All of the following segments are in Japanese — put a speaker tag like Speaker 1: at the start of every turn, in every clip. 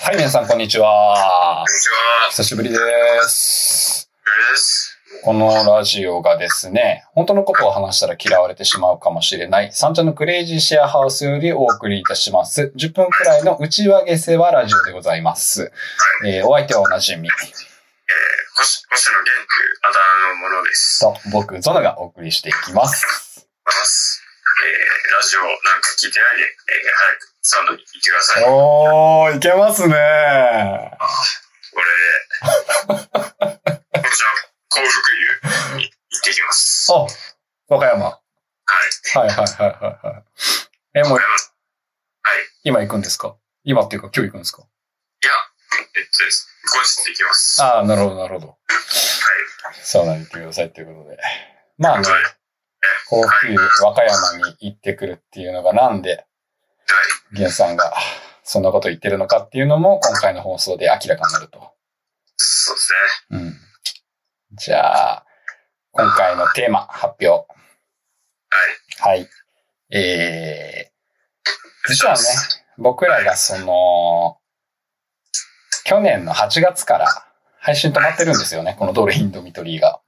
Speaker 1: はい、皆さん、こんにちは。
Speaker 2: こんにちは。
Speaker 1: 久しぶりです。
Speaker 2: です。
Speaker 1: このラジオがですね、本当のことを話したら嫌われてしまうかもしれない、三茶のクレイジーシェアハウスよりお送りいたします。10分くらいの内輪げ世話ラジオでございます。えーお相手はおなじみ
Speaker 2: 星星野源というあだ名のものです。
Speaker 1: と、僕、ゾノがお送りしていきます。
Speaker 2: ます。えー、ラジオなんか聞いてないで、えー、早くサウナに行ってください。
Speaker 1: おー、いけますね。
Speaker 2: これで、こちら、幸福湯に行ってきます。
Speaker 1: あ、和歌山。は
Speaker 2: はい。
Speaker 1: いはいはいはいはい。え、もう
Speaker 2: これは、はい。い
Speaker 1: 今行くんですか今っていうか今日行くんですか
Speaker 2: や、えっとです。後日行きます。はい。
Speaker 1: ああ、なるほど、なるほど。サウナに行ってくださいっていうことで。まあね、
Speaker 2: はい。
Speaker 1: 甲府湯、和歌山に行ってくるっていうのがなんで、源さんがそんなこと言ってるのかっていうのも今回の放送で明らかになると。
Speaker 2: そうですね。
Speaker 1: うん。じゃあ、今回のテーマ発表。はい。えー、実はね、僕らがその、去年の8月から配信止まってるんですよね、このドルインドミトリーが。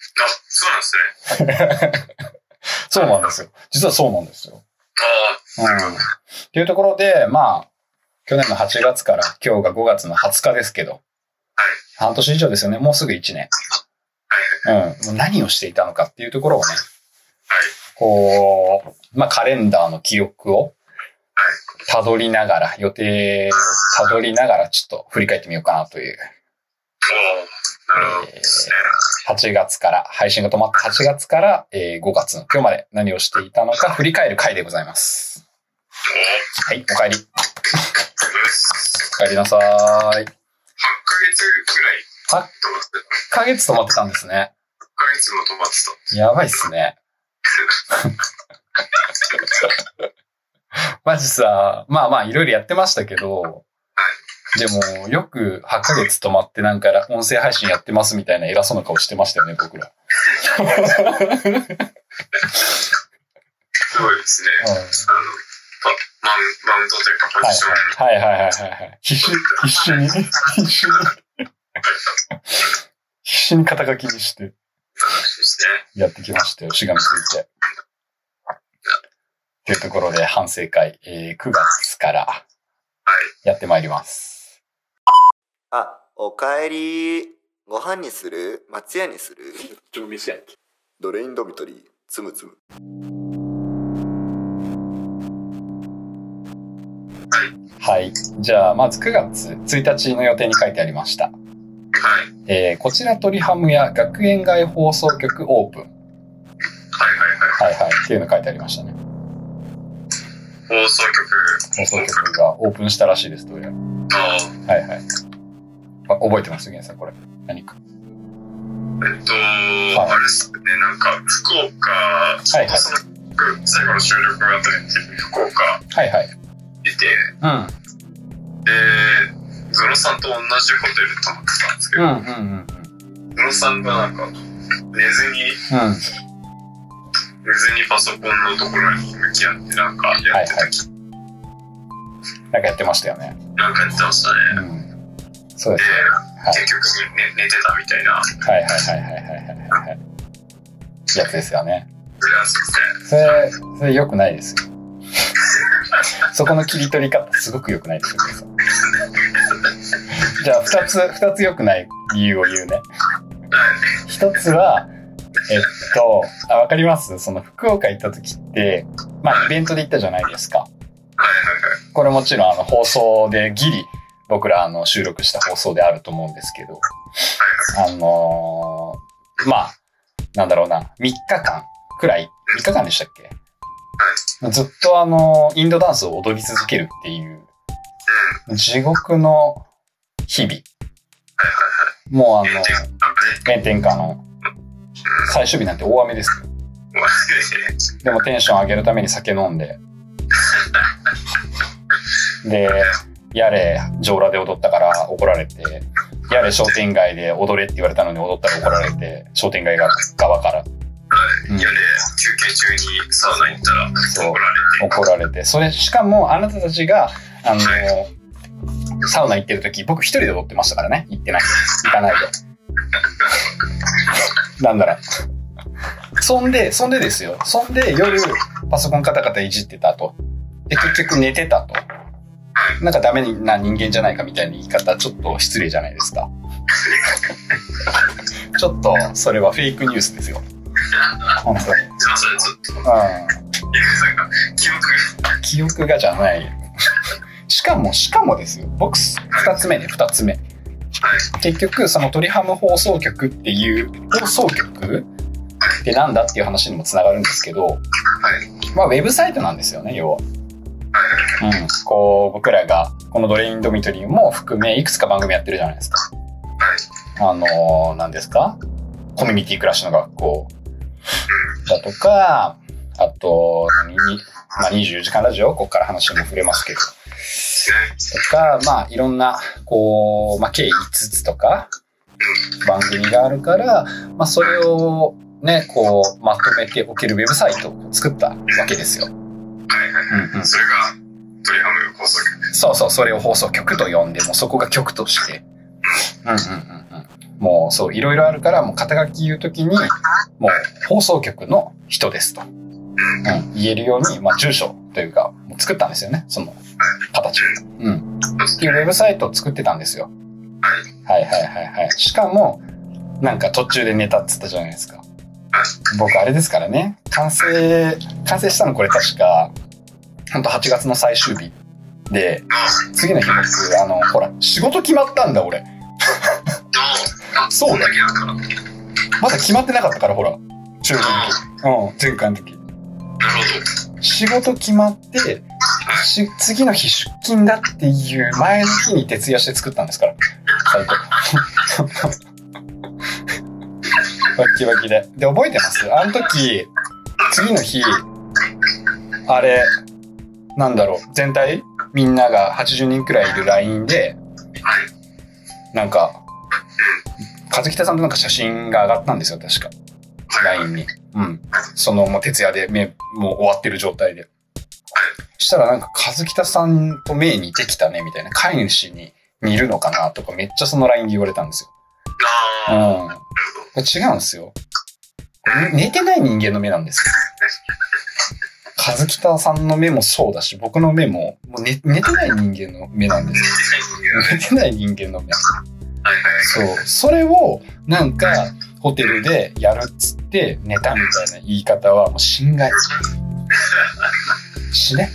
Speaker 2: あ、そうなんですね。
Speaker 1: そうなんですよ。実はそうなんですよ。
Speaker 2: ああ、
Speaker 1: うん。っていうところで、まあ、去年の8月から今日が5月の20日ですけど、半年以上ですよね、もうすぐ1年。うん。もう何をしていたのかっていうところをね、こう、まあカレンダーの記憶をたどりながら、予定をたどりながらちょっと振り返ってみようかなという、
Speaker 2: はい。おーなるほどですね。
Speaker 1: 8月から、配信が止まった8月から、えー5月の今日まで何をしていたのか振り返る回でございます。
Speaker 2: おー
Speaker 1: はい、お帰り。
Speaker 2: うっす
Speaker 1: お帰りなさい。
Speaker 2: 8ヶ月ぐらい
Speaker 1: は
Speaker 2: 止まってた。
Speaker 1: 1ヶ月止まってたんですね。
Speaker 2: 1ヶ月も止まってた。
Speaker 1: やばいっすね。 マジさ、まあまあいろいろやってましたけど、でもよく8ヶ月止まってなんか音声配信やってますみたいな偉そうな顔してましたよね、僕ら。
Speaker 2: すごいですね。
Speaker 1: うん
Speaker 2: あの、マウンマウントというかポジションに
Speaker 1: はいはいはいはいはい。必死、必死に、必死に、必死に肩書きにして
Speaker 2: ですね。
Speaker 1: やってきましたよ、しがみついて。というところで反省会、えー9月から
Speaker 2: はい。
Speaker 1: やってまいります。
Speaker 3: あ、おかえり。ご飯にする松屋にす る
Speaker 4: ちょっと飯やっけ
Speaker 3: ドレインドミトリー、つむつむ。
Speaker 1: はい。じゃあ、まず9月1日の予定に書いてありました。
Speaker 2: はい。
Speaker 1: えー、こちら鳥ハムや学園外放送局オープン。
Speaker 2: はいはいは
Speaker 1: はいはい。っていうの書いてありましたね。
Speaker 2: い。放送局
Speaker 1: 放送局がオープンしたらしいです、どうやら。
Speaker 2: の、
Speaker 1: はいはい。あ覚えてます源さん、これ。何か。
Speaker 2: えっと、あれですね、なんか、福岡、
Speaker 1: はいはい。
Speaker 2: 最後の収録があった時に福岡
Speaker 1: はいはい。
Speaker 2: 出て、で、ゾロさんと同じホテル泊まってたんですけ
Speaker 1: う
Speaker 2: ど、
Speaker 1: ん。うんうんうん
Speaker 2: ゾロさんがなんか、寝ずに、
Speaker 1: うん。うん。
Speaker 2: 寝ずにパソコンのところに向き合って、なんかやってたき、
Speaker 1: なんかやってましたよね。
Speaker 2: なんかやってましたね。
Speaker 1: うん。そうで
Speaker 2: で、
Speaker 1: す。はい
Speaker 2: 結局寝寝てたみたいな、
Speaker 1: はいはいはいはいはいはいはいはい。やつですよね。
Speaker 2: それはそうですね。
Speaker 1: それ、それ良くないですよ。そこの切り取り方、すごく良くないですよ、皆さんじゃあ、二つ、二つ良くない理由を言うね。一つは、えっと、あ、わかりますその福岡行った時って、まあ、イベントで行ったじゃないですか。
Speaker 2: はいはいはい。
Speaker 1: これもちろん、あの、放送でギリ、僕ら、あの、収録した放送であると思うんですけど、あのーまあ、なんだろうな、3日間くらい、3日間でしたっけずっとあの、インドダンスを踊り続けるっていう、地獄の日々。もうあ
Speaker 2: うん。
Speaker 1: の
Speaker 2: で、、なんかね、
Speaker 1: 炎天下の最終日なんて大雨ですよ。
Speaker 2: もう
Speaker 1: でもテンション上げるために酒飲んで。で、やれ、上裸で踊ったから怒られて、やれ、商店街で踊れって言われたのに踊ったら怒られて、商店街側から。うん
Speaker 2: いやね、休憩中にサウナ行ったら
Speaker 1: そう
Speaker 2: 怒られて、
Speaker 1: 怒られて、それ、しかもあなたたちが、あの、サウナ行ってる時、僕一人で踊ってましたからね。行ってない。行かないで。なんだら。そんで、そんでですよ。そんで夜、パソコンカタカタいじってたと。で、結局寝てたと。なんかダメな人間じゃないかみたいな言い方、ちょっと失礼じゃないですか。ちょっと、それはフェイクニュースですよ。本当に。
Speaker 2: じゃあ、それちょっと、
Speaker 1: うん。
Speaker 2: なんか、記憶
Speaker 1: 記憶がじゃない。しかも、しかもですよ。僕、二つ目ね、二つ目。結局、そのトリハム放送局っていう、放送局ってなんだっていう話にもつながるんですけど、まあ、ウェブサイトなんですよね、要は。うん。こう、僕らが、このドレインドミトリーも含め、いくつか番組やってるじゃないですか。あのー、何ですかコミュニティ暮らしの学校だとか、あと、何まあ、24時間ラジオ、ここから話も触れますけど。とか、まあ、いろんな、こう、まあ、計5つとか、番組があるから、まあ、それを、ね、こう、まとめておけるウェブサイトを作ったわけですよ。うんうん
Speaker 2: それが、トリハム放送局。
Speaker 1: そうそう、それを放送局と呼んで、もうそこが局として。うんうんうんうん。もうそう、いろいろあるから、もう肩書き言うときに、もう放送局の人ですと。うん、言えるように、まあ住所というか、もう作ったんですよね、その形を。うん。っていうウェブサイトを作ってたんですよ。はいはいはいはい。しかも、なんか途中で寝たっつったじゃないですか。僕あれですからね、完成、完成したのこれ確か、ほんと8月の最終日で、次の日僕、あの、ほら、仕事決まったんだ、俺。
Speaker 2: どう
Speaker 1: そうだ
Speaker 2: だけだから。なる
Speaker 1: まだ決まってなかったから、ほら。中学の時。うん、前回の時。
Speaker 2: ほど。
Speaker 1: 仕事決まって、し次の日出勤だっていう前の日に徹夜して作ったんですから。サイト。 バッキバキで。で、覚えてますあの時、次の日、あれ、なんだろう、全体みんなが80人くらいいる LINE で、なんか、和北さんとなんか写真が上がったんですよ、確か。LINE に。うん。その、もう徹夜で目、もう終わってる状態で。したらなんか、和北さんと目似てきたね、みたいな。飼い主に似るのかな、とか、めっちゃその LINE で言われたんですよ。う
Speaker 2: ああ、なる
Speaker 1: ん。これ違うんですよ。ね寝てない人間の目なんですよ。和北さんの目もそうだし、僕の目も、もう寝寝てない人間の目なんですよ。寝 てない人間の目。そう。それを、なんか、ホテルでやるっつって、寝たみたいな言い方は、もう侵害。死ね。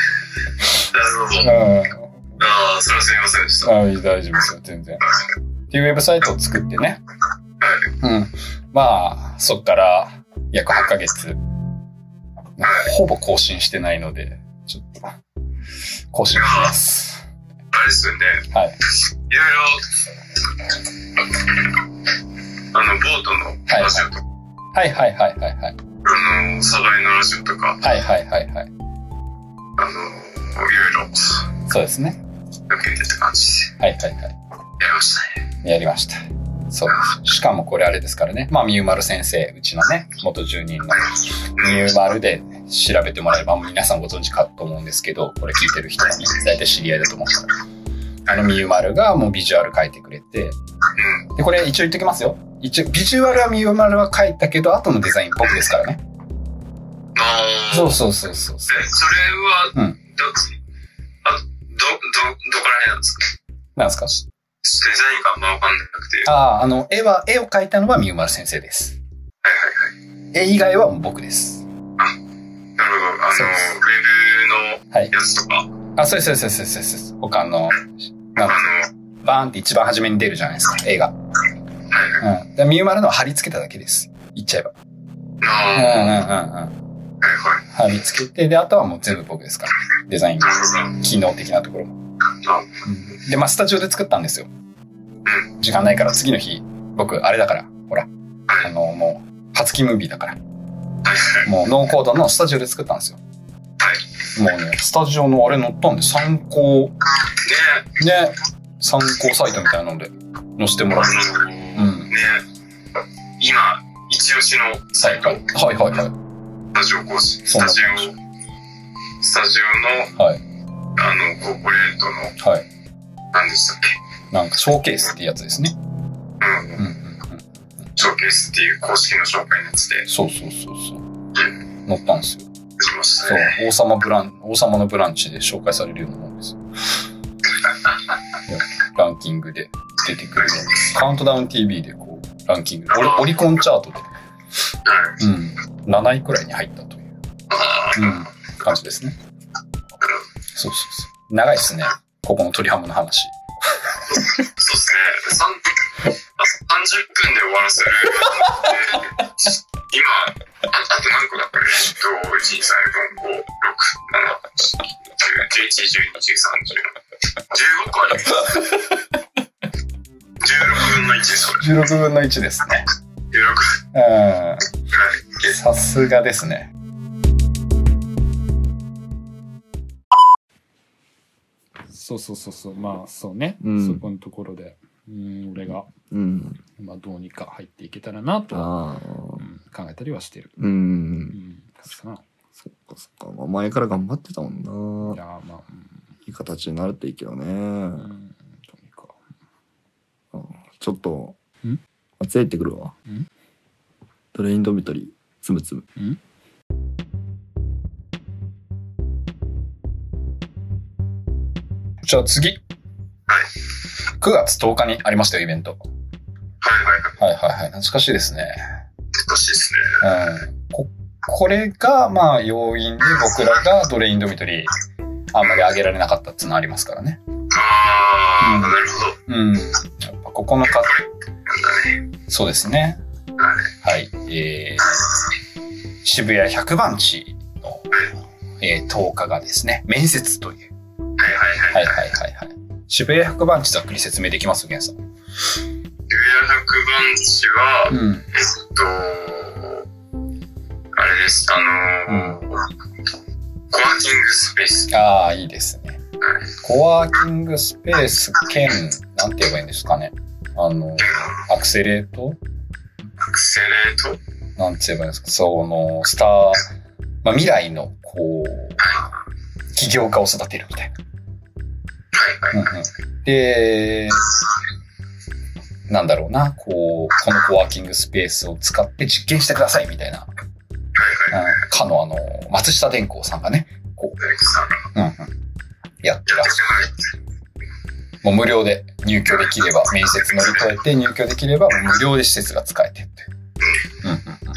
Speaker 1: うん。
Speaker 2: ほど。ああ、それはすみませんでした。
Speaker 1: あ大丈夫ですよ、全然。っていうウェブサイトを作ってね。うん。まあ、そっから約8ヶ月、ほぼ更新してないので、ちょっと、更新します。
Speaker 2: あれですよね。
Speaker 1: はい。
Speaker 2: いろいろ、あの、ボートのラジオとか、
Speaker 1: はいはいはいはいはい。
Speaker 2: あの、サバイのラジオとか、
Speaker 1: はいはいはいはい。
Speaker 2: あの、いろいろ、
Speaker 1: そうですね。
Speaker 2: 受けてって感じ
Speaker 1: はいはいは
Speaker 2: でやりましたね。
Speaker 1: い。やりました。そうです。しかもこれあれですからね。まあ、みゆまる先生、うちのね、元住人のみゆまるで調べてもらえば、皆さんご存知かと思うんですけど、これ聞いてる人はね、大体知り合いだと思うから。あのみゆまるがもうビジュアル書いてくれて、で、これ一応言っときますよ。一応、ビジュアルはみゆまるは書いたけど、後のデザイン僕ですからね。
Speaker 2: ああ、
Speaker 1: そうそうそうそうそう。
Speaker 2: え、それは、
Speaker 1: うん
Speaker 2: ど、あ、ど、ど、どこら辺なんですか
Speaker 1: なんですか
Speaker 2: ちょっとデザインがあんまわかんなくて。
Speaker 1: ああ、あの、絵は、絵を描いたのはみゆまる先生です。絵以外はもう僕です。
Speaker 2: なるほど。あ
Speaker 1: そうで
Speaker 2: の、ウェブ
Speaker 1: はい
Speaker 2: のやつとか、
Speaker 1: あ、そうですそうですそうですそうです。他の、なんか
Speaker 2: あの、
Speaker 1: バーンって一番初めに出るじゃないですか、映画。うん。で、ミューマルのは貼り付けただけです。言っちゃえば。うんうん
Speaker 2: ああ、
Speaker 1: うんうん。
Speaker 2: はいはい。
Speaker 1: 貼り付けて、で、あとはもう全部僕ですから。デザイン
Speaker 2: な、るほど。
Speaker 1: 機能的なところも。
Speaker 2: あ
Speaker 1: うんで、まあ、スタジオで作ったんですよ。時間ないから次の日、僕、あれだから、ほら。あの、もう、初期ムービーだから。もう、ノーコードのスタジオで作ったんですよ。もうね、スタジオのあれ乗ったんで、参考、
Speaker 2: ね
Speaker 1: ね、参考サイトみたいなので、載せてもらって。
Speaker 2: あの、
Speaker 1: うん。
Speaker 2: ね、ちの
Speaker 1: 再開。はいはいはい。
Speaker 2: スタジオ工事、ス
Speaker 1: そうな
Speaker 2: タ
Speaker 1: んです
Speaker 2: ジオ、スタジオの、
Speaker 1: はい。
Speaker 2: あの、コーポレートの、
Speaker 1: はい。
Speaker 2: 何でしたっけ
Speaker 1: なんか、ショーケースってやつですね。
Speaker 2: う
Speaker 1: うんう
Speaker 2: ん、
Speaker 1: んうん。
Speaker 2: ショーケースっていう公式の紹介のやつで
Speaker 1: そうそうそうそう。乗ったんですよ。
Speaker 2: 出まし
Speaker 1: そ
Speaker 2: た
Speaker 1: う
Speaker 2: ね。。
Speaker 1: 王様ブラン、王様のブランチで紹介されるようなもんですよ。いやランキングで出てくるようです。カウントダウン TV でこう、ランキング、オリオリコンチャートで、
Speaker 2: はい。
Speaker 1: うん、7位くらいに入ったという、
Speaker 2: ああ、
Speaker 1: う
Speaker 2: なる
Speaker 1: ん、感じですね。そうそうそう。長いですね。ここの鳥ハムの話。
Speaker 2: ほどそうですね。三あ30分で終わらせる。で今、ああと何個だったかね。えっと、1、2、3、4、5、6、7、8、9、11、12、13、14。15個あります。16分の1です、これ。
Speaker 1: 16分の1ですね。
Speaker 2: 16分
Speaker 1: う
Speaker 2: ぐらい。
Speaker 1: ん。さすがですね。
Speaker 4: そうそうそうそうまあそうね、
Speaker 3: うん
Speaker 4: そこのところでうん俺が、
Speaker 3: うん。
Speaker 4: まあ、どうにか入っていけたらなとは、
Speaker 3: ああ
Speaker 4: う。ん、考えたりはしてる、
Speaker 3: う。
Speaker 4: うんん、かな
Speaker 3: そっかそっか。まあ前から頑張ってたもん
Speaker 4: い
Speaker 3: な。
Speaker 4: やーまあ
Speaker 3: いい形になるといいけどね。
Speaker 4: うん、うん、どうにか
Speaker 3: うんちょっと
Speaker 4: ん、
Speaker 3: 松屋行ってくるわ
Speaker 4: ん。
Speaker 3: トレインドミトリー、つむつむ。
Speaker 1: じゃあ次。9月10日にありましたよ、イベント。
Speaker 2: はいはいはい。
Speaker 1: はいはいはい。懐かしいですね。
Speaker 2: 難しいですね。
Speaker 1: うんここれが、まあ、要因で僕らがドレインドミトリー、あんまり上げられなかったっていうのはありますからね。
Speaker 2: ああ、
Speaker 1: うん
Speaker 2: なるほど。
Speaker 1: うん。やっぱここのか、
Speaker 2: なんだね。
Speaker 1: そうですね。はい。えー、渋谷100番地の、えー10日がですね、面接という。
Speaker 2: はいはいは
Speaker 1: はい
Speaker 2: い。
Speaker 1: はいはいはい。渋谷100番地ざっくり説明できますゲンさん。
Speaker 2: 予約番地は、
Speaker 1: ん。
Speaker 2: えっと、あれです、あのー、コワーキングスペース。
Speaker 1: ああ、いいですね。コワーキングスペース兼、なんて言えばいいんですかね。あの、アクセレート
Speaker 2: アクセレート
Speaker 1: なんて言えばいいんですか、その、スター、まあ、未来の、こう、起業家を育てるみたい
Speaker 2: はいはい。
Speaker 1: な。で、なんだろうな、こう、このコワーキングスペースを使って実験してくださいみたいな、うんかのあの、松下電工さんがね、こ
Speaker 2: 大工さんが
Speaker 1: う、うんうんやってら
Speaker 2: や
Speaker 1: っ
Speaker 2: って
Speaker 1: しゃる。
Speaker 2: くれて
Speaker 1: もう無料で入居できれば、面接乗り越えて入居できれば、もう無料で施設が使えてっていう。うんうんうん。っ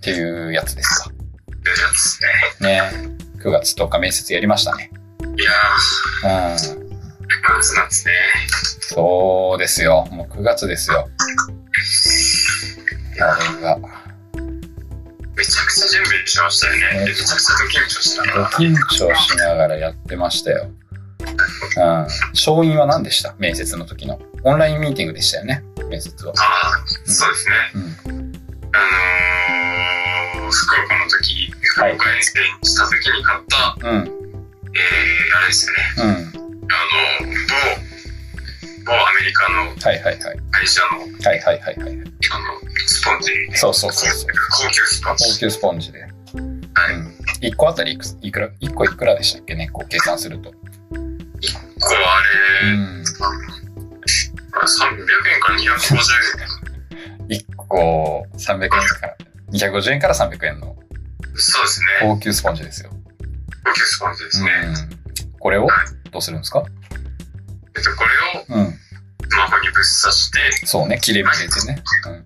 Speaker 1: ていうやつですわ。
Speaker 2: るやつね。
Speaker 1: ね9月10日面接やりましたね。
Speaker 2: いや
Speaker 1: うん。
Speaker 2: ー、夏なんですね。
Speaker 1: そうですよ。もう9月ですよ。あれが、
Speaker 2: めちゃくちゃ準備しましたよね。でめちゃくちゃド緊張した
Speaker 1: ド
Speaker 2: な。
Speaker 1: 緊張しながらやってましたよ。うん。勝因は何でした面接の時の。オンラインミーティングでしたよね。面接は。
Speaker 2: あー、そうですね。
Speaker 1: うん。
Speaker 2: あのー、福岡の時、福岡遠征にした時に買った、
Speaker 1: うん。
Speaker 2: えー、あれですね。
Speaker 1: うん。
Speaker 2: あの、某、某アメリカの
Speaker 1: はいはいはい。
Speaker 2: 会社の、あ
Speaker 1: はいはいはいはい。
Speaker 2: の、スポンジ、
Speaker 1: そうそうそうそう。
Speaker 2: 高級スポンジ。
Speaker 1: 高級スポンジで。うん。1個あたりいくついくら、1個いくらでしたっけねこう計算すると。
Speaker 2: これ、あ
Speaker 1: う
Speaker 2: れ、
Speaker 1: ん。
Speaker 2: 300円から250円。
Speaker 1: 1個300円から、250円から300円の
Speaker 2: そうですね。
Speaker 1: 高級スポンジですよ。
Speaker 2: 高級スポンジですね。
Speaker 1: うん、これをどうするんですか
Speaker 2: えっと、これ
Speaker 1: う
Speaker 2: を
Speaker 1: ん。
Speaker 2: スマホにぶっ刺して、
Speaker 1: そうね、切れ目入れてね。うん。
Speaker 2: はい、マイ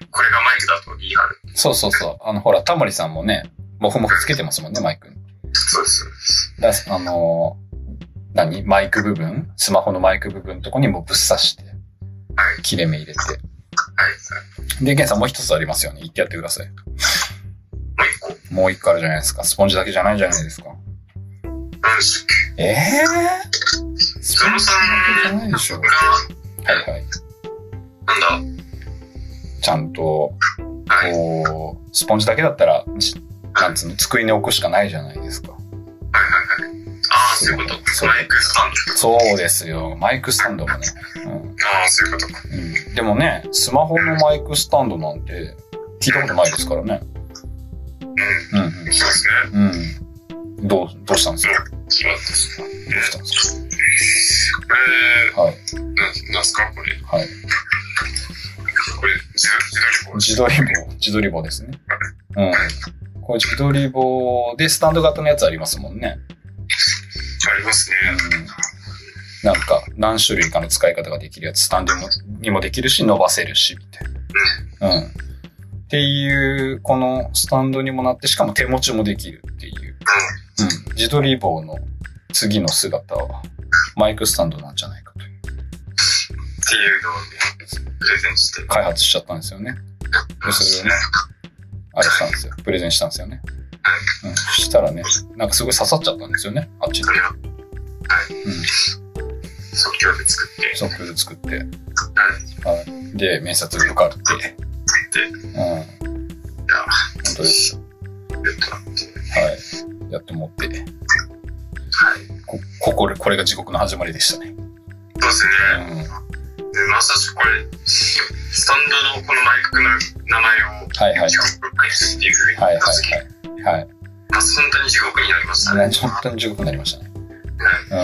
Speaker 2: クこれがマイクだと言い張る。
Speaker 1: そうそうそう。あの、ほら、タモリさんもね、モフモフつけてますもんね、マイクに。
Speaker 2: そうです。そうです
Speaker 1: だあのー何マイク部分スマホのマイク部分のとこにもうぶっ刺して、切れ目入れて。
Speaker 2: はい。
Speaker 1: で、ゲンさんもう一つありますよね。言ってやってください。
Speaker 2: もう一個。
Speaker 1: もう一個あるじゃないですか。スポンジだけじゃないじゃないですか。
Speaker 2: 何でしたっけ
Speaker 1: ええー、ス
Speaker 2: ゾ
Speaker 1: ポン
Speaker 2: ノ
Speaker 1: ジ
Speaker 2: さ
Speaker 1: だけじゃ
Speaker 2: ん
Speaker 1: ないでしょ。は
Speaker 2: が、
Speaker 1: いはい。
Speaker 2: なん
Speaker 1: ちゃんと、
Speaker 2: だ、はい、はい、
Speaker 1: こう、スポンジだけだったら、しなんつうの、机に置くしかないじゃないですか。
Speaker 2: はい、はい。ああ、そういうこと。マイクスタンド。
Speaker 1: そうですよ。マイクスタンドもね。
Speaker 2: ああ、そういうことか。
Speaker 1: うん。うん、でもね、スマホのマイクスタンドなんて、聞いたことないですからね。
Speaker 2: う
Speaker 1: うん
Speaker 2: ん。そうですね。
Speaker 1: うん。うん。どう、どうしたんですか
Speaker 2: 決まったっす。
Speaker 1: どうしたんです
Speaker 2: え
Speaker 1: かはい。
Speaker 2: ー、な、なんすかこれ。
Speaker 1: はい。
Speaker 2: これ、自自撮り棒。
Speaker 1: 自撮り棒、自撮り棒ですね。うん。これ自撮り棒でスタンド型のやつありますもんね。
Speaker 2: ありますね。
Speaker 1: うん。なんか、何種類かの使い方ができるやつ、スタンドにもにもできるし、伸ばせるし、みたいな。うん。っていう、このスタンドにもなって、しかも手持ちもできるっていう。うん。自撮り棒の次の姿は、マイクスタンドなんじゃないかという。
Speaker 2: っていうのを、プレゼンして。
Speaker 1: 開発しちゃったんですよね。で、それをね
Speaker 2: ね。、
Speaker 1: あれしたんですよ。プレゼンしたんですよね。うん。したらね、なんかすごい刺さっちゃったんですよね。あっちに
Speaker 2: そ。れを、
Speaker 1: うん。
Speaker 2: 即興で作って。
Speaker 1: ソップ作って、はい、で面接受かって
Speaker 2: で
Speaker 1: うん本
Speaker 2: いや
Speaker 1: 当です
Speaker 2: えっと、はい。
Speaker 1: はいやってもってこここれこれが地獄の始まりでしたね
Speaker 2: そうですね。
Speaker 1: うん
Speaker 2: で、まさしくこれ、スタンドのこのマイクの名前を、
Speaker 1: はいはい
Speaker 2: 地獄マイクっていうふうに、
Speaker 1: はいはい
Speaker 2: 本
Speaker 1: はいはい
Speaker 2: 当に地獄になりましたね。はい。
Speaker 1: 本当に地獄になりましたねう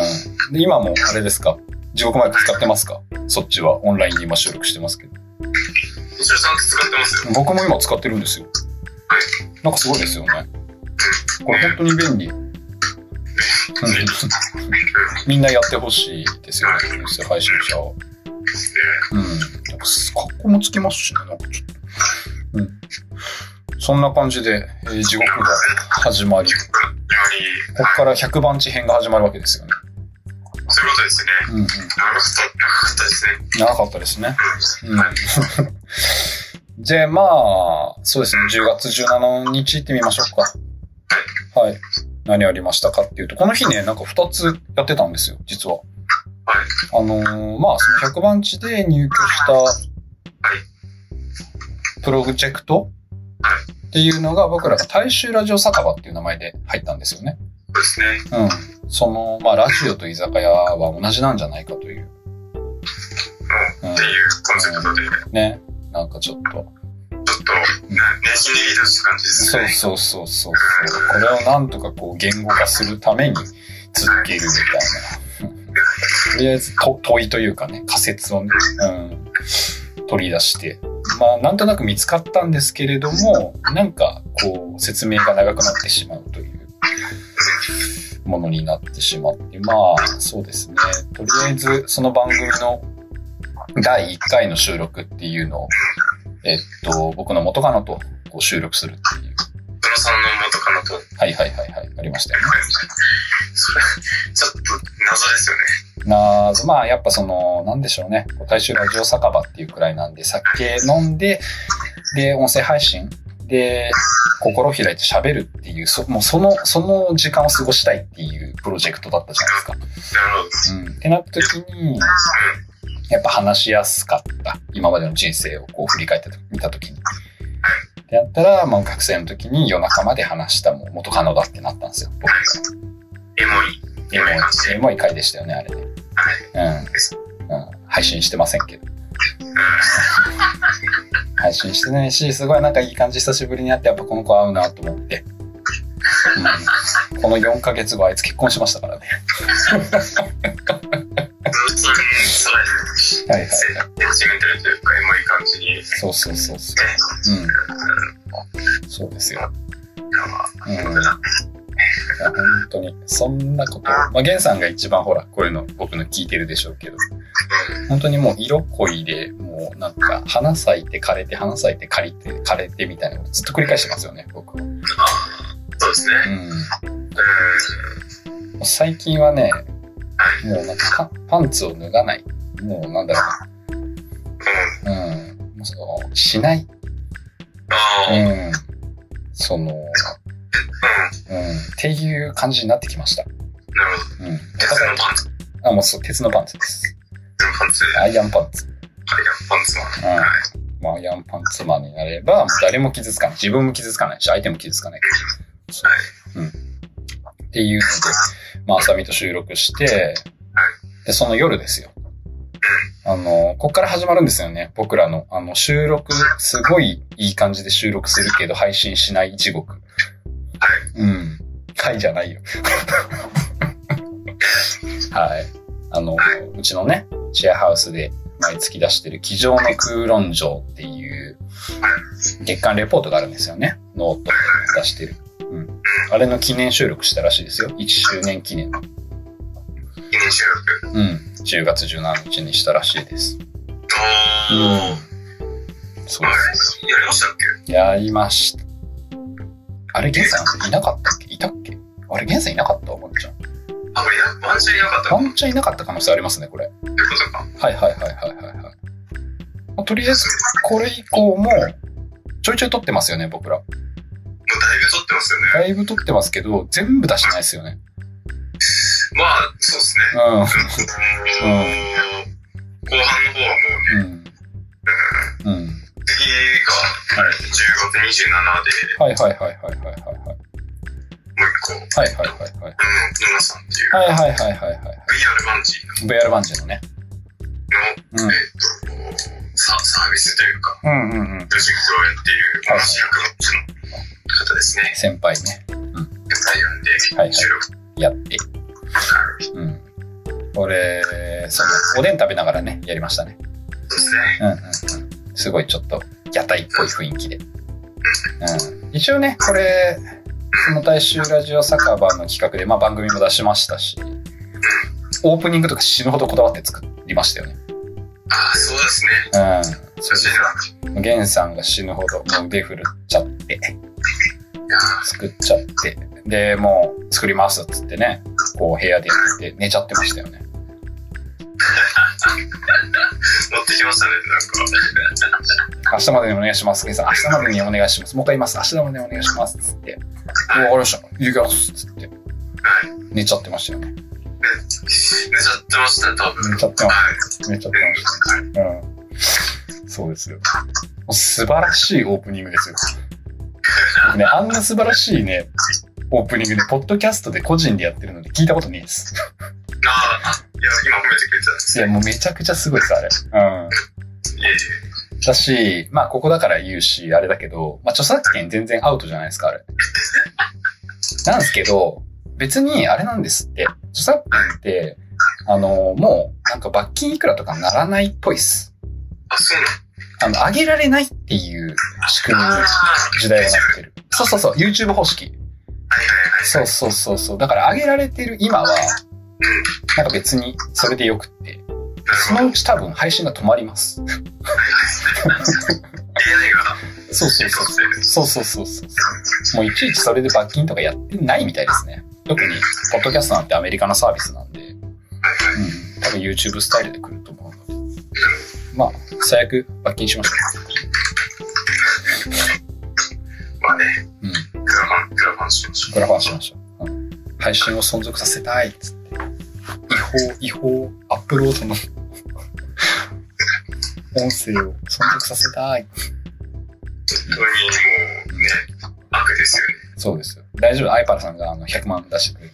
Speaker 1: んで今もあれですか地獄マイク使ってますかそっちはオンラインで今収録してますけど
Speaker 2: 一応ちゃんと使ってますよ。
Speaker 1: 僕も今使ってるんですよなんかすごいですよねこれ本当に便利うんみんなやってほしいですよね、ニュース配信者は。うん。なんかす格好もつきますしね、なんかちょっと。うん。そんな感じで、えー地獄が始まり、こ
Speaker 2: 地獄のように、
Speaker 1: こ
Speaker 2: はい。
Speaker 1: から100番地編が始まるわけですよね。
Speaker 2: そういうことですね。
Speaker 1: うんうん。
Speaker 2: 長かった、長かったですね。
Speaker 1: 長かったですね。
Speaker 2: うん。はい。
Speaker 1: うん。で、まあ、そうですね、10月17日行ってみましょうか。はい。何ありましたかっていうと、この日ね、なんか2つやってたんですよ、実は。
Speaker 2: はい。
Speaker 1: あのーまあ、その100番地で入居した、プロジェクトっていうのが、僕らが大衆ラジオ酒場っていう名前で入ったんですよね。
Speaker 2: そうですね。
Speaker 1: うん。その、まあ、ラジオと居酒屋は同じなんじゃないかという。う
Speaker 2: っていうコンセプトで、ちょっ
Speaker 1: ん。ね。なんかちょっと。
Speaker 2: と、なねひねり出した感じです
Speaker 1: そう
Speaker 2: ね。
Speaker 1: そうそうそう。これをなんとかこう言語化するために続けるみたいな。とりあえずと問いというかね、仮説をね、うん、取り出して。まあ、なんとなく見つかったんですけれども、なんかこう説明が長くなってしまうというものになってしまって、まあそうですね。とりあえずその番組の第1回の収録っていうのを、えっと、僕の元カノとこう収録するっていう。
Speaker 2: そのさんの元カノと、
Speaker 1: はいはいはいはい。ありましたよね。
Speaker 2: それ、ちょっと謎ですよね。
Speaker 1: なあまあやっぱその、なんでしょうね。こう大衆ラジオ酒場っていうくらいなんで、酒飲んで、で、音声配信で、心を開いて喋るっていう、そもうその、その時間を過ごしたいっていうプロジェクトだったじゃないで
Speaker 2: なるほど。
Speaker 1: すか。うん。ってなった時に、やっぱ話しやすかった。今までの人生をこう振り返ってみたときに。でやったら、まあ学生の時に夜中まで話したもう元カノだってなったんですよ。僕が
Speaker 2: エモい。
Speaker 1: エモい、エモい回でしたよね、あれね。うん。うん。配信してませんけど。配信してないし、すごいなんかいい感じ久しぶりに会って、やっぱこの子合うなと思って。うん、この4ヶ月後、あいつ結婚しましたからね。
Speaker 2: ずっと、そうですね。
Speaker 1: はいはい。
Speaker 2: 始めてるというか、エモい感じに。
Speaker 1: そうそうそうそう。うん。そうですよ。うん。いや本当に、そんなこと、まあ、ゲンさんが一番ほら、こういうの僕の聞いてるでしょうけど、本当にもう色恋で、もうなんか、花咲いて枯れて、花咲いて枯れて、枯れてみたいなことずっと繰り返してますよね、僕は。
Speaker 2: そうですね。
Speaker 1: う。
Speaker 2: うん
Speaker 1: 最近はね、もうなんかパパンツを脱がない。もうなんだろうな。うん。もうそのしない。
Speaker 2: ん。うん。ああ。
Speaker 1: うんその、うん、っていう感じになってきました。
Speaker 2: なるほど。
Speaker 1: うん。
Speaker 2: 鉄のパンツ。
Speaker 1: あ、もうそう、鉄のパンツです。
Speaker 2: 鉄のパンツ。
Speaker 1: アイアンパンツ。
Speaker 2: アイアンパンツマン。
Speaker 1: うん。まあ、アイアンパンツマンになれば、もう誰も傷つかない。自分も傷つかないし、相手も傷つかない。そううん。っていうので、まあ、あさみと収録して、で、その夜ですよ。あの、こっから始まるんですよね。僕らの、あの、収録、すごいいい感じで収録するけど、配信しない地獄。うん。はいじゃないよ。はい。あの、うちのね、シェアハウスで毎月出してる、机上の空論城っていう、月間レポートがあるんですよね。ノート出してる。うん。あれの記念収録したらしいですよ。1周年記念の。
Speaker 2: 記念収録。
Speaker 1: うん。10月17日にしたらしいです。
Speaker 2: おー。
Speaker 1: そう
Speaker 2: あ
Speaker 1: で
Speaker 2: れ
Speaker 1: す。
Speaker 2: やりましたっけ
Speaker 1: やりました。あれ、ゲンさんいなかったっけいたっけあれ、ゲンさんいなかったワンちゃん。
Speaker 2: あ、これや、ワンチャンいなかった
Speaker 1: ワンちゃんいなかった可能性ありますね、これ。
Speaker 2: ってことか。
Speaker 1: はいはいはいはいはいはい。まあとりあえず、これ以降も、ちょいちょい撮ってますよね、僕ら。
Speaker 2: もうだいぶ撮ってますよね。
Speaker 1: だいぶ撮ってますけど、全部出してないですよね。
Speaker 2: まあ、そうですね。あのー後半の方は
Speaker 1: うん。
Speaker 2: もうね、
Speaker 1: うん。うん。
Speaker 2: 次が10月27で、
Speaker 1: はいはいはいはいはいはいはい。
Speaker 2: もう一個、うん、
Speaker 1: はいはいはいはい。
Speaker 2: 今さんっていう、
Speaker 1: はいはいはいはいはい。
Speaker 2: VR バンジーの、
Speaker 1: VR バンジーのね。うん。
Speaker 2: えっと、ササービスというか、
Speaker 1: うんうんうん。
Speaker 2: プロジェクトをやっている、同じ役の方ですね。
Speaker 1: 先輩ね。
Speaker 2: 台湾で
Speaker 1: はいはい
Speaker 2: 収録。
Speaker 1: やって。うん。俺、そうね、おでん食べながらね、やりましたね。
Speaker 2: そうですね。
Speaker 1: うんうんうん。すごいちょっと、屋台っぽい雰囲気で。うん。一応ね、これ、その大衆ラジオ酒場の企画で、まあ番組も出しましたし、オープニングとか死ぬほどこだわって作りましたよね。
Speaker 2: ああ、そうですね。
Speaker 1: うん。そ
Speaker 2: 難しいな。
Speaker 1: うゲンさんが死ぬほど、もう腕振るっちゃって、
Speaker 2: いやー
Speaker 1: 作っちゃって、で、もう作りますっつってね、こう部屋でやって寝ちゃってましたよね。
Speaker 2: 持ってきましたね、なんか。
Speaker 1: 明 日までにお願いします。ゲンさん、明日までにお願いします。もう一回言います。明日までにお願いします。つって。うわ、ありました。行きます。つって。寝ちゃってましたよね。
Speaker 2: 寝ちゃってましたね、多分。
Speaker 1: 寝ちゃってま
Speaker 2: はい。
Speaker 1: した。寝ちゃってました。うん。そうですよ。もう素晴らしいオープニングですよ。僕ね、あんな素晴らしいね、オープニングで、ポッドキャストで個人でやってるので聞いたことないです。
Speaker 2: なあ、いや、今褒めてくれてたんです
Speaker 1: いや、もうめちゃくちゃすごいです、あれ。うん。
Speaker 2: いやいや、
Speaker 1: だし、まあ、ここだから言うし、あれだけど、まあ、著作権全然アウトじゃないですか、あれ。なんですけど、別にあれなんですって、著作権って、あの、もう、なんか罰金いくらとかならないっぽいっす。
Speaker 2: あ、そうなの
Speaker 1: あの、あげられないっていう仕組みに
Speaker 2: あー
Speaker 1: 時代はなってる。そうそうそう、YouTube 方式。
Speaker 2: はいはいはい。
Speaker 1: そうそうそうそう。だからあげられてる今は、なんか別にそれでよくって、そ
Speaker 2: な
Speaker 1: の
Speaker 2: るほど。
Speaker 1: うち多分配信が止まります。
Speaker 2: AI が、
Speaker 1: そうそうそう。そうそうそうそう。もういちいちそれで罰金とかやってないみたいですね。特に、ポッドキャストなんてアメリカのサービスなんで、うん、多分 YouTube スタイルで来ると思うので。まあ、最悪罰金しましょ
Speaker 2: まあね、
Speaker 1: う。うん。
Speaker 2: クラファン、クラファンしましょ
Speaker 1: グラファンしましょう。うん、配信を存続させたいっつって。違法、違法、アップロードの 音声を存続させたい。
Speaker 2: う。本当にもうね、悪ですよね。
Speaker 1: そうですよ。大丈夫、アイパラさんがあの100万出してくれる。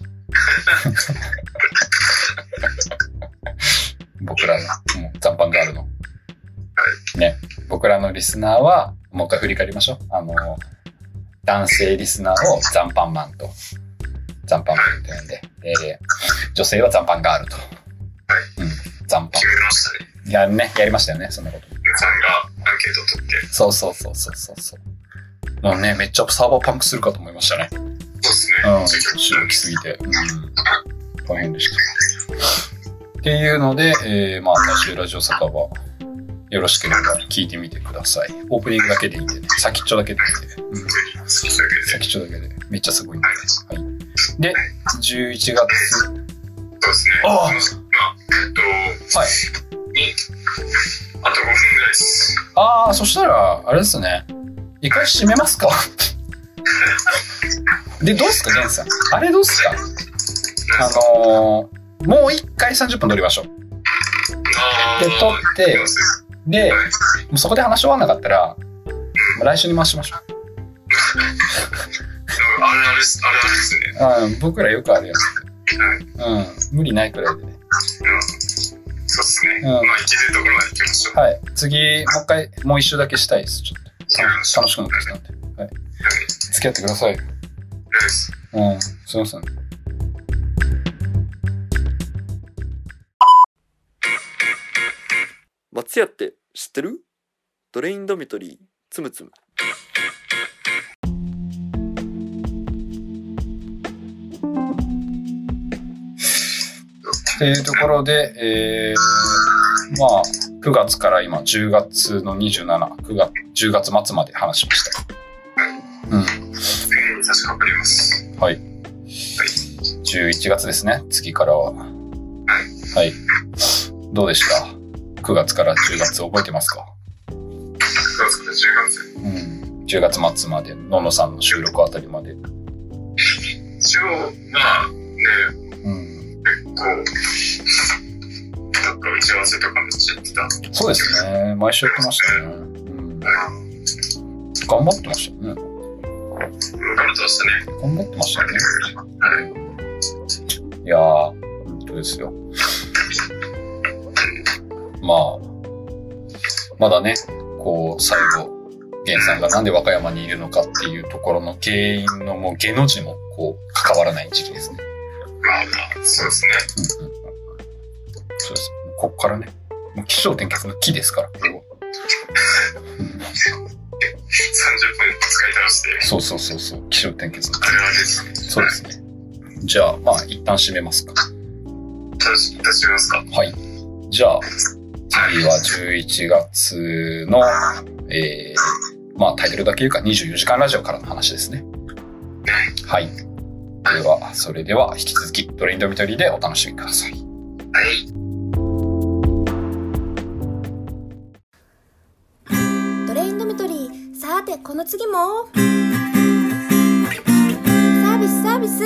Speaker 1: 僕らの、うん、残飯ガールの。ね、僕らのリスナーは、もう一回振り返りましょう。あの、男性リスナーを残飯マンと、残飯マンと呼んで、えー女性は残飯ガールと。うん、残
Speaker 2: 決めましたね。
Speaker 1: 飯。や、ね、やりましたよね、そんなこと。
Speaker 2: 皆さんがアンケートを取って。
Speaker 1: そうそうそうそうそうそう。もうね、めっちゃサーバーパンクするかと思いましたね。
Speaker 2: そうですね。
Speaker 1: うん、
Speaker 2: そういう
Speaker 1: 収録しすぎて。うん。大変でした。っていうので、えー、まあ、来週ラジオ酒場、よろしければ聞いてみてください。オープニングだけでいいんでね、先っちょだけでいいんで、うん、
Speaker 2: 好きだけで。
Speaker 1: 先っちょだけで、めっちゃすごいんで。
Speaker 2: はい。
Speaker 1: で、11月、
Speaker 2: そうですね。
Speaker 1: ああ
Speaker 2: この時間えっと、
Speaker 1: はい。
Speaker 2: に、あと5分ぐらいです。
Speaker 1: あー、そしたら、あれですね、一回閉めますか。で、どうっすか、ゲンさん。あれどうっすかあのー、もう一回30分撮りましょう。
Speaker 2: あ
Speaker 1: で、撮って、で、
Speaker 2: はい。
Speaker 1: もうそこで話し終わんなかったら、来週に回しましょう。
Speaker 2: あれあれです、あれあれですね。
Speaker 1: うん、僕らよくあるやつ。
Speaker 2: は
Speaker 1: う
Speaker 2: い。
Speaker 1: ん、無理ないくらいでね。
Speaker 2: そうですね。
Speaker 1: うん
Speaker 2: まあ、いけるところまで行きましょう。
Speaker 1: はい。次、もう一回、もう一周だけしたいです。ちょっと。楽し
Speaker 2: は
Speaker 1: 楽しくなってきたんで。はい。
Speaker 2: い。
Speaker 1: 付き合ってください。
Speaker 2: です。
Speaker 1: うん。すいません。
Speaker 3: 松屋って知ってるドレインドミトリーつむつむ
Speaker 1: っていうところで、えー、まあ、9月から今、10月の27、9月、10月末まで話しました。
Speaker 2: 全員差し掛かります。
Speaker 1: 11月ですね、次からは。はい。どうでした ?9 月から10月覚えてますか
Speaker 2: そうですか、10月。
Speaker 1: うん。10月末まで、ののさんの収録あたりまで。
Speaker 2: 一応、まあ、ね、
Speaker 1: うん。
Speaker 2: こう、なんか打ち合わせとかめっちゃやってた。
Speaker 1: そうですね、毎週やってましたね。うん。頑張ってましたよね。
Speaker 2: うん、頑張ってましたね。
Speaker 1: 頑張ってましたよね。
Speaker 2: はい。
Speaker 1: いやー、本当ですよ。まあ、まだね、こう、最後、源さんがなんで和歌山にいるのかっていうところの原因のもう下の字も、こう、関わらない時期ですね。
Speaker 2: まあまあ、そうですね。
Speaker 1: うんうんうん、そうです。こっからね、もう気象転結の木ですから、これは。
Speaker 2: 30分使い倒して、
Speaker 1: そうそうそうそう、気象転結の
Speaker 2: あれはですね。
Speaker 1: 木。そうですね。じゃあ、まあ、一旦締めますか。
Speaker 2: 出し、出しますか。は
Speaker 1: はい。じゃあ、次は11月の、えー、まあタイトルだけ言うか24時間ラジオからの話ですね。はい。では、それでは引き続きトレインドミトリーでお楽しみください。
Speaker 2: い。
Speaker 5: トレインドミトリーさてこの次もサービスサービス